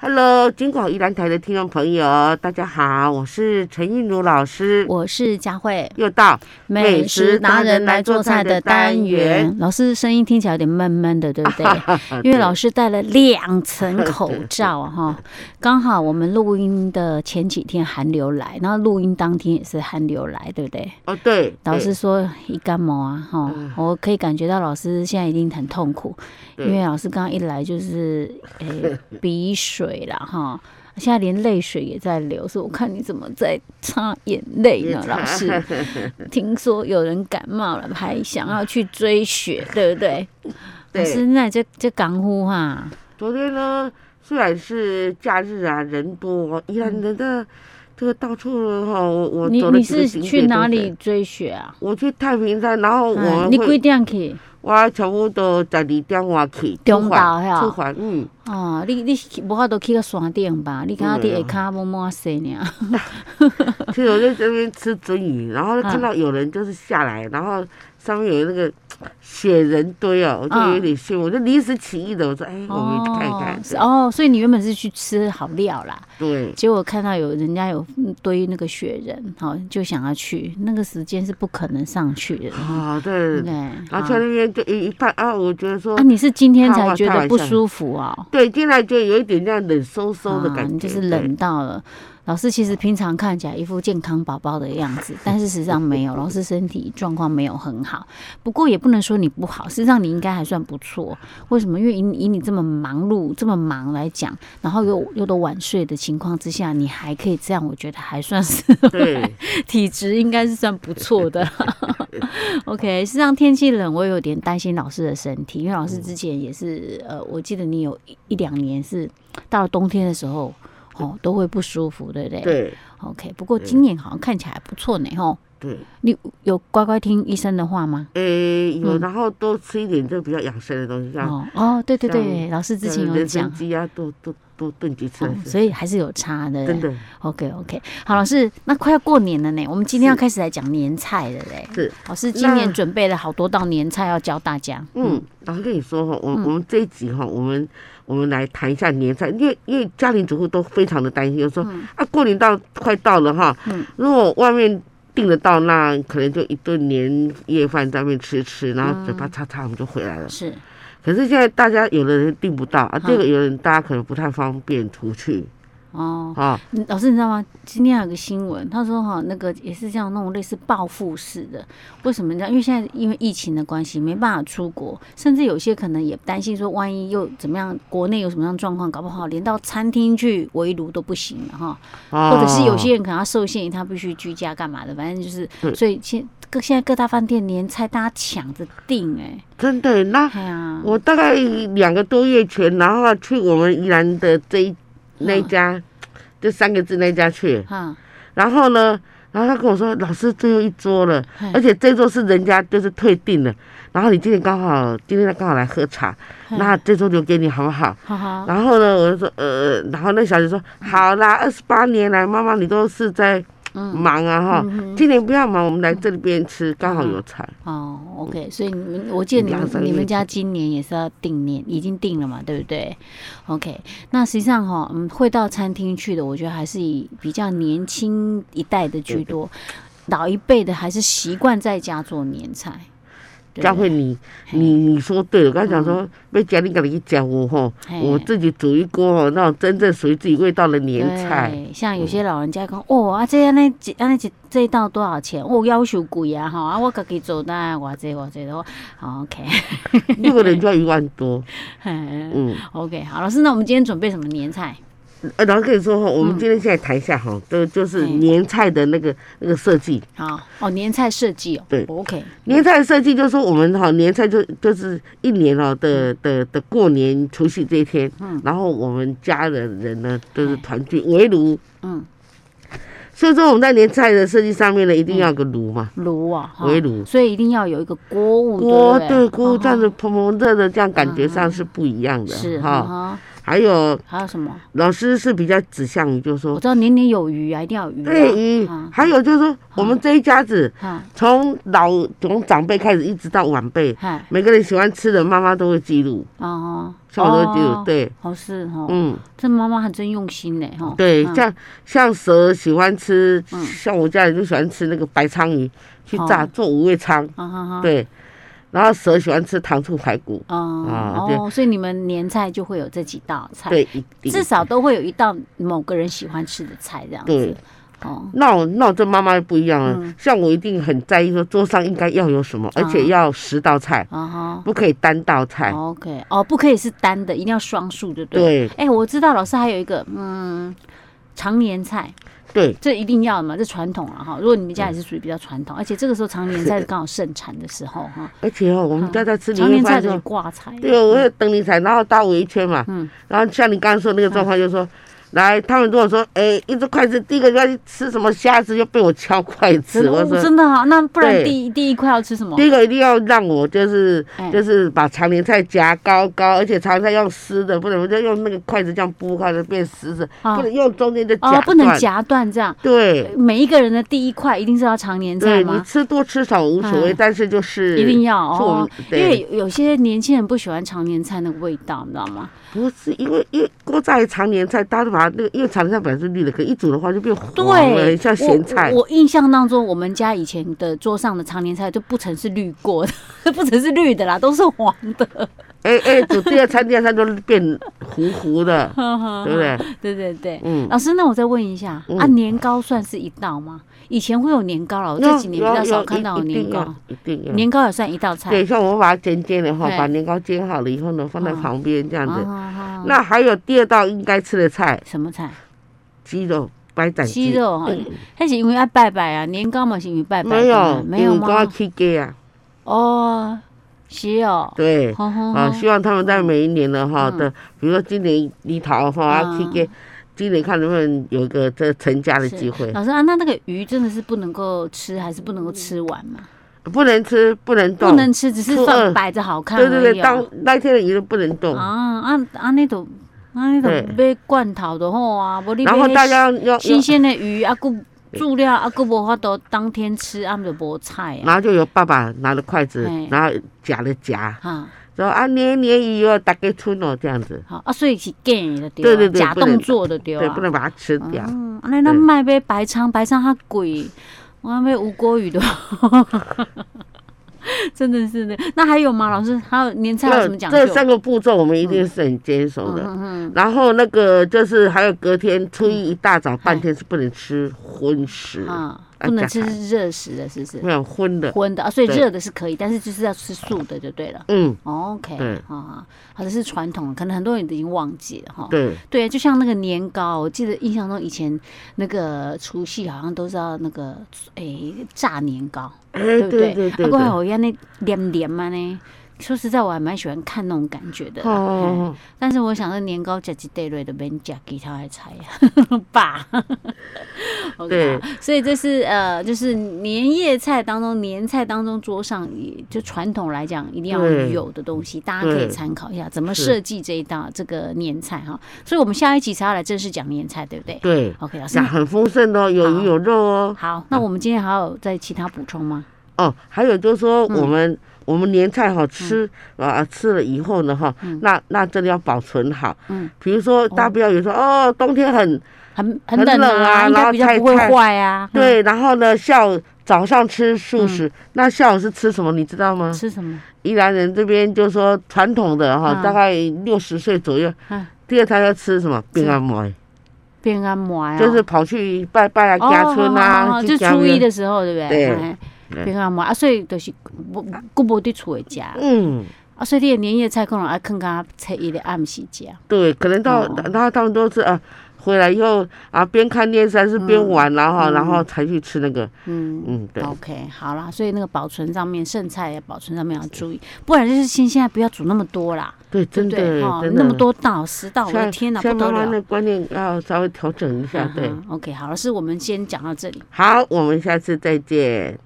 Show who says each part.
Speaker 1: Hello，金广宜兰台的听众朋友，大家好，我是陈韵如老师。
Speaker 2: 我是佳慧，
Speaker 1: 又到
Speaker 2: 美食达人来做菜的单元。老师声音听起来有点闷闷的，对 不对？ 因为老师戴了两层口罩啊 哈，刚好我们录音的前几天寒流来，然后录音当天也是寒流来，对不对？
Speaker 1: 哦， 对，
Speaker 2: 老
Speaker 1: 对嗯
Speaker 2: 师说一感冒啊，哈，我可以感觉到老师现在一定很痛苦，
Speaker 1: 对
Speaker 2: 因为老师刚刚一来就是诶鼻水啦，哈，现在连泪水也在流，所以我看你怎么在擦眼泪呢，老师？听说有人感冒了，还想要去追雪，对不对？老师，
Speaker 1: 对，
Speaker 2: 那这这港呼哈，
Speaker 1: 昨天呢，虽然是假日啊，人多，宜兰人的这个到处哈，我我
Speaker 2: 嗯你
Speaker 1: 走了
Speaker 2: 你
Speaker 1: 几个
Speaker 2: 是
Speaker 1: 景
Speaker 2: 去
Speaker 1: 点
Speaker 2: 哪
Speaker 1: 都
Speaker 2: 里？追雪啊？
Speaker 1: 我去太平山，然后
Speaker 2: 哎
Speaker 1: 我
Speaker 2: 你
Speaker 1: 会
Speaker 2: 几点去？
Speaker 1: 我全部都在里点我去，
Speaker 2: 中
Speaker 1: 出
Speaker 2: 岛
Speaker 1: 环
Speaker 2: 那
Speaker 1: 出环，嗯，
Speaker 2: 哦，你你无法度去到山顶吧？你
Speaker 1: 啊
Speaker 2: 敢伫下骹摸摸西尔。
Speaker 1: 其实我在这边吃鳟鱼，然后看到
Speaker 2: 嗯
Speaker 1: 有人就是下来，然后上面有那个雪人堆哦，我就有点羡慕，我就临时起意的，我说哎，我们去看一看
Speaker 2: 嗯哦，是。哦，所以你原本是去吃好料啦，
Speaker 1: 对，
Speaker 2: 结果看到有人家有嗯堆那个雪人，好、就想要去，那个时间是不可能上去的，
Speaker 1: 啊
Speaker 2: 嗯对
Speaker 1: 对
Speaker 2: 不，对？嗯
Speaker 1: 然后
Speaker 2: 好
Speaker 1: 去那边就一一看啊，我觉得说
Speaker 2: 啊，，你是今天才觉
Speaker 1: 开玩
Speaker 2: 得
Speaker 1: 笑
Speaker 2: 不舒服哦，
Speaker 1: 对，进来就有一点这样冷飕飕的
Speaker 2: 啊
Speaker 1: 感
Speaker 2: 你
Speaker 1: 觉，
Speaker 2: 就是
Speaker 1: 对
Speaker 2: 冷到了。老师其实平常看起来一副健康宝宝的样子，但是实际上没有，老师身体状况没有很好。不过也不能说你不好，事实上你应该还算不错。为什么？因为以你以你这么忙碌、这么忙来讲，然后又又都晚睡的情况之下，你还可以这样，我觉得还算是
Speaker 1: 对，
Speaker 2: 体质应该是算不 错的。OK，事实上天气冷，我有点担心老师的身体，因为老师之前也是，
Speaker 1: 嗯
Speaker 2: 呃，我记得你有一一两年是到了冬天的时候，哦，都会不舒服，对不对？。
Speaker 1: 对
Speaker 2: OK，不过今年好像看起来还不错呢，吼。
Speaker 1: 对，
Speaker 2: 你有乖乖听医生的话吗？
Speaker 1: 诶，有，
Speaker 2: 嗯
Speaker 1: 哎然后多吃一点就比较养生的东西，像
Speaker 2: 哦哦，对对对，
Speaker 1: 像
Speaker 2: 老师之前
Speaker 1: 像
Speaker 2: 有
Speaker 1: 人
Speaker 2: 讲
Speaker 1: 参。鸡啊，多多多炖几次
Speaker 2: 哦，所以还哦是有差的，
Speaker 1: 真的。
Speaker 2: OK OK，好，老师，那快要过年了呢，我们今天要开始来讲年菜了嘞。
Speaker 1: 是，
Speaker 2: 老师今年
Speaker 1: 那
Speaker 2: 准备了好多道年菜要教大家。
Speaker 1: 嗯，老师跟你说哈，我
Speaker 2: 嗯
Speaker 1: 我们这一集哈，我们我们来谈一下年菜，因为因为家庭主妇都非常的担心，就说
Speaker 2: 嗯
Speaker 1: 啊，过年到快到了哈，如果外面订得到，那可能就一顿年夜饭在外面吃吃，然
Speaker 2: 嗯
Speaker 1: 后嘴巴擦擦，我们就回来了。
Speaker 2: 是，
Speaker 1: 可是现在大家有的人订不到
Speaker 2: 嗯
Speaker 1: 啊，这个有人大家可能不太方便出去
Speaker 2: 哦，
Speaker 1: 啊，
Speaker 2: 你老师你知道吗？今天有个新闻，他说哈，那个也是这样那种类似报复式的。为什么呢？因为现在因为疫情的关系，没办法出国，甚至有些可能也担心说，万一又怎么样，国内有什么样状况，搞不好连到餐厅去围炉都不行了哈。
Speaker 1: 啊
Speaker 2: 或者是有些人可能要受限于他必须居家干嘛的，反正就是，
Speaker 1: 对
Speaker 2: 所以现各现在各大饭店连菜大家抢着订哎、
Speaker 1: 真的那
Speaker 2: 哎呀，
Speaker 1: 啊我大概两个多月前，然后去我们宜兰的这一那一
Speaker 2: 嗯
Speaker 1: 家，这三个字那一家去。
Speaker 2: 哈，
Speaker 1: 然后呢，然后他跟我说，老师最后一桌了，
Speaker 2: 嘿
Speaker 1: 而且这桌是人家就是退订了，然后你今天刚好今天刚好来喝茶，那这桌留给你好不好？
Speaker 2: 哈哈，
Speaker 1: 然后呢，我就说呃，然后那小姐说好啦，二十八年来妈妈你都是在
Speaker 2: 嗯
Speaker 1: 忙啊哈，今年不要忙，我们来这边吃，刚好有菜。
Speaker 2: 哦，OK，所以你们，我记得你
Speaker 1: 嗯两三
Speaker 2: 们
Speaker 1: 个
Speaker 2: 你
Speaker 1: 月
Speaker 2: 们家今年也是要订年，已经订了嘛，对不对？OK，那实际上哈、嗯，会到餐厅去的，我觉得还是以比较年轻一代的居多，老一辈的还是习惯在家做年菜。对
Speaker 1: 佳
Speaker 2: 不对
Speaker 1: 慧，你你你说对了，我刚才想说被家里给你讲我哈，
Speaker 2: 嘿
Speaker 1: 我自己煮一锅哦那种真正属于自己味道的年菜，
Speaker 2: 对，像有些老人家讲，哦啊，这样那几安那几这一道多少钱？哦，要求贵啊，哈啊，我自己做那偌济偌济的，好 OK，
Speaker 1: 六个人就要一万多，嗯。
Speaker 2: OK，好，老师，那我们今天准备什么年菜？
Speaker 1: 呃，然后跟你说哈，我们今天现在谈一下哈，就就是
Speaker 2: 嗯
Speaker 1: 年菜的那个那个设计。
Speaker 2: 好，哦，年菜设计哦，
Speaker 1: 对
Speaker 2: ，OK，
Speaker 1: 年菜的设计就是说我们哈年菜就就是一年哦的
Speaker 2: 嗯
Speaker 1: 的的过年除夕这一天，然后我们家的人呢就是团聚围炉，
Speaker 2: 嗯，
Speaker 1: 所以说我们在年菜的设计上面呢一
Speaker 2: 嗯
Speaker 1: 定要有个炉嘛，
Speaker 2: 炉啊，哈
Speaker 1: 围炉
Speaker 2: 所以一定要有一个锅物，
Speaker 1: 锅
Speaker 2: 对不
Speaker 1: 对锅这样
Speaker 2: 哦
Speaker 1: 子蓬蓬热的，这样感觉上是不一样的
Speaker 2: 嗯是嗯
Speaker 1: 哈。
Speaker 2: 哈，
Speaker 1: 还有
Speaker 2: 还有什么？
Speaker 1: 老师是比较指向于，就是
Speaker 2: 我
Speaker 1: 说
Speaker 2: 知道年年有余啊，一定要有余、啊。
Speaker 1: 对于
Speaker 2: 啊，
Speaker 1: 还有就是说我们这一家子
Speaker 2: 啊，
Speaker 1: 从老从长辈开始一直到晚辈，
Speaker 2: 嗨，
Speaker 1: 每个人喜欢吃的，妈妈都会记录，
Speaker 2: 哦，
Speaker 1: 像我都会记录。
Speaker 2: 哦，
Speaker 1: 对，
Speaker 2: 好是哦，
Speaker 1: 嗯，
Speaker 2: 这妈妈还真用心呢，哈。
Speaker 1: 对，
Speaker 2: 嗯
Speaker 1: 像像蛇喜欢吃，像我家人就喜欢吃那个白鲳鱼，去炸
Speaker 2: 哦
Speaker 1: 做五味汤，
Speaker 2: 啊哈哈。
Speaker 1: 对。然后蛇喜欢吃糖醋排骨，啊
Speaker 2: 哦
Speaker 1: 对
Speaker 2: 哦，所以你们年菜就会有这几道菜，
Speaker 1: 对，一定
Speaker 2: 至少都会有一道某个人喜欢吃的菜这样
Speaker 1: 对
Speaker 2: 子。。哦，
Speaker 1: 那我那我这妈妈不一样了，
Speaker 2: 嗯
Speaker 1: 像我一定很在意说桌上应该要有什
Speaker 2: 哦
Speaker 1: 么，而且要十道菜，
Speaker 2: 啊
Speaker 1: 不可以单道菜
Speaker 2: 哈。，OK，哦，不可以是单的，一定要双数，对不
Speaker 1: 对
Speaker 2: 对？哎、我知道老师还有一个，嗯，常年菜，
Speaker 1: 对
Speaker 2: 这一定要嘛，这传统了哈。如果你们家也是属于比较传统，而且这个时候常年菜是刚好盛产的时候哈，
Speaker 1: 而且哦，我们家在吃年
Speaker 2: 常
Speaker 1: 夜
Speaker 2: 年菜
Speaker 1: 饭
Speaker 2: 等于
Speaker 1: 的
Speaker 2: 挂菜，
Speaker 1: 时候，对，我会等你菜，然后大围一圈嘛。
Speaker 2: 嗯
Speaker 1: 然后像你刚刚说那个状况，就是说，来，他们如果说，哎，一只筷子，第一个就要去吃什么虾子，又被我敲筷
Speaker 2: 真
Speaker 1: 子，
Speaker 2: 的
Speaker 1: 我
Speaker 2: 哦
Speaker 1: 说。
Speaker 2: 真的哈、那不然
Speaker 1: 对
Speaker 2: 第一第一块要吃什么？
Speaker 1: 第一个一定要让我就是
Speaker 2: 哎
Speaker 1: 就是把长年菜夹高高，而且长年菜用撕的，不能就用那个筷子这样拨开就变丝的，
Speaker 2: 啊
Speaker 1: 不能用中间的夹
Speaker 2: 哦
Speaker 1: 断。，
Speaker 2: 不能夹断这样。
Speaker 1: 对
Speaker 2: 每一个人的第一块一定是要常年菜
Speaker 1: 对，你
Speaker 2: 吗？
Speaker 1: 吃多吃少无所谓，
Speaker 2: 嗯
Speaker 1: 但是就是
Speaker 2: 一定要
Speaker 1: 是我们
Speaker 2: 哦，因
Speaker 1: 对
Speaker 2: 为有有些年轻人不喜欢常年菜那个味道，你知道吗？
Speaker 1: 不是因为因为锅在常年菜，大家都把它那个因为常年菜本来是绿的，可一煮的话就变黄了，
Speaker 2: 对，
Speaker 1: 很像咸菜
Speaker 2: 我。。我印象当中，我们家以前的桌上的常年菜就不曾是绿过的， 不曾是绿的啦，都是黄的。
Speaker 1: 哎哎，煮第二餐、第二餐都变糊糊的，对不对？
Speaker 2: 对对对。
Speaker 1: 嗯，
Speaker 2: 老师，那我再问一下，
Speaker 1: 嗯
Speaker 2: 啊，年糕算是一道吗？以前会有年糕了，我这几年比较少看到有年糕。，
Speaker 1: 一定要。
Speaker 2: 年糕也算一道菜。
Speaker 1: 对，像我把它煎煎了哈，
Speaker 2: 对
Speaker 1: 把年糕煎好了以后呢，放在
Speaker 2: 嗯
Speaker 1: 旁边这样
Speaker 2: 啊，
Speaker 1: 子。
Speaker 2: 啊啊
Speaker 1: 那还有第二道应该吃的菜，
Speaker 2: 什么菜？
Speaker 1: 鸡肉白斩鸡。
Speaker 2: 鸡肉哈，那是因为爱拜拜啊，年糕嘛是因为拜
Speaker 1: 嗯
Speaker 2: 拜。
Speaker 1: 没有，
Speaker 2: 没有
Speaker 1: 因为我要
Speaker 2: 吗？
Speaker 1: 去给啊，
Speaker 2: 哦，是哦。
Speaker 1: 对。
Speaker 2: 好好
Speaker 1: 啊，
Speaker 2: 好
Speaker 1: 希望他们在每一年的哈
Speaker 2: 嗯
Speaker 1: 的，比如说今年梨桃哈啊
Speaker 2: 嗯
Speaker 1: 去给，今年看能不能有一个这成家的
Speaker 2: 是
Speaker 1: 机会，
Speaker 2: 老师啊，那那个鱼真的是不能够吃，还是不能够吃完嘛？
Speaker 1: 不能吃，不能
Speaker 2: 嗯不
Speaker 1: 动，
Speaker 2: 能吃，只是
Speaker 1: 初
Speaker 2: 放
Speaker 1: 二
Speaker 2: 摆着好看而已
Speaker 1: 对
Speaker 2: 哦。
Speaker 1: 对对，当那天的鱼都不能动，
Speaker 2: 啊啊啊那种啊那
Speaker 1: 对
Speaker 2: 种买罐头的吼啊，无你
Speaker 1: 然后
Speaker 2: 买
Speaker 1: 大家要要，
Speaker 2: 新鲜的鱼啊，佮煮了啊，佮无法度当天吃，啊就无菜啊。
Speaker 1: 然后就有爸爸拿着筷子
Speaker 2: 哎，
Speaker 1: 然后夹了夹，
Speaker 2: 哈，
Speaker 1: 说啊捏捏鱼哦，打给春哦这样子，
Speaker 2: 好啊，所以是假的对
Speaker 1: 对对
Speaker 2: 了，
Speaker 1: 对
Speaker 2: 假
Speaker 1: 不能
Speaker 2: 动作的对
Speaker 1: 对，
Speaker 2: 啊
Speaker 1: 不。能把它吃掉。
Speaker 2: 嗯，啊那咱卖买白鲳，白鲳较贵，我要买无锅鱼的。 真的是的，那还有吗？老师，还有年菜有什么讲究？
Speaker 1: 这三个步骤我们一定是很坚守的。
Speaker 2: 嗯嗯嗯
Speaker 1: 然后那个就是还有隔天初一一大早半天是不能吃荤食，
Speaker 2: 哎啊，
Speaker 1: 啊
Speaker 2: 不能
Speaker 1: 加
Speaker 2: 吃
Speaker 1: 菜
Speaker 2: 热食的，是不是？
Speaker 1: 没有荤的。
Speaker 2: 荤的啊，所以
Speaker 1: 对
Speaker 2: 热的是可以，但是就是要吃素的就对了。
Speaker 1: 嗯，
Speaker 2: OK，
Speaker 1: 对
Speaker 2: 啊，好像是传统，可能很多人已经忘记了哈。
Speaker 1: 对，
Speaker 2: 对就像那个年糕，我记得印象中以前那个除夕好像都是要那个诶、炸年糕，
Speaker 1: 哎，对
Speaker 2: 对不对？
Speaker 1: 对对
Speaker 2: 啊，
Speaker 1: 对
Speaker 2: 过。来我要那黏黏嘛呢。说实在，我还蛮喜欢看那种感觉的啦。哎
Speaker 1: 哦，
Speaker 2: 嘿但是我想那年糕加几对瑞的，啊别人加给他来猜呀， 爸。
Speaker 1: 对，
Speaker 2: 所以这是呃，就是年夜菜当中，年菜当中桌上也就传统来讲一定要
Speaker 1: 对
Speaker 2: 有的东西，大家可以
Speaker 1: 对
Speaker 2: 参考一下怎么
Speaker 1: 是
Speaker 2: 设计这一道这个年菜哈。所以我们下一集才要来正式讲年菜，对不对
Speaker 1: 对，
Speaker 2: ？OK，老师
Speaker 1: 那。很丰盛的哦，有
Speaker 2: 嗯好
Speaker 1: 鱼有肉哦。
Speaker 2: 好，那我们今天还有在其他补充吗？
Speaker 1: 哦，还有就是说
Speaker 2: 嗯
Speaker 1: 我们、我们年菜哈吃啊、吃了以后呢哈，那那真的要保存好。
Speaker 2: 嗯，
Speaker 1: 比如说大家不要以为说哦冬天很
Speaker 2: 很很
Speaker 1: 很
Speaker 2: 冷
Speaker 1: 冷啊然
Speaker 2: 应该
Speaker 1: 后
Speaker 2: 比较
Speaker 1: 菜
Speaker 2: 不会
Speaker 1: 菜
Speaker 2: 坏啊。嗯，
Speaker 1: 对，然后呢下午早上吃素食，那下午是吃什么你知道吗？
Speaker 2: 嗯吃什么？
Speaker 1: 宜兰人这边就说传统的哈，
Speaker 2: 嗯
Speaker 1: 大概六十岁左右。
Speaker 2: 嗯
Speaker 1: 第二餐要吃什么？饼干馍，
Speaker 2: 变安馍啊，
Speaker 1: 就是跑去拜拜啊、
Speaker 2: 哦
Speaker 1: 家村
Speaker 2: 好好
Speaker 1: 啊，
Speaker 2: 好
Speaker 1: 去
Speaker 2: 就
Speaker 1: 家
Speaker 2: 初一
Speaker 1: 庙。
Speaker 2: 的时候，对不对？
Speaker 1: 对
Speaker 2: 哎
Speaker 1: 对
Speaker 2: 变安馍啊，所以就是不不不伫厝里食。
Speaker 1: 嗯，
Speaker 2: 啊，所以你的年夜菜可能爱坑甲初一的暗时食，
Speaker 1: 对，可能到
Speaker 2: 哦
Speaker 1: 然后他们都是啊，回来以后啊，边看电视还是边玩，然后然后才去吃那个。
Speaker 2: 嗯。
Speaker 1: 嗯，对，
Speaker 2: OK，好啦，所以那个保存上面，剩菜也保存上面要注意，不然就是新鲜，不要煮那么多啦，
Speaker 1: 对，
Speaker 2: 对
Speaker 1: 真
Speaker 2: 不
Speaker 1: 的
Speaker 2: 对？哈，
Speaker 1: 真的
Speaker 2: 那么。多道十道，我的天哪，
Speaker 1: 现
Speaker 2: 不
Speaker 1: 在
Speaker 2: 得
Speaker 1: 妈妈
Speaker 2: 了嗯
Speaker 1: 的。观念要稍微调整一下，对。
Speaker 2: o k 好了，是我们先讲到这里。
Speaker 1: 好，我们下次再见。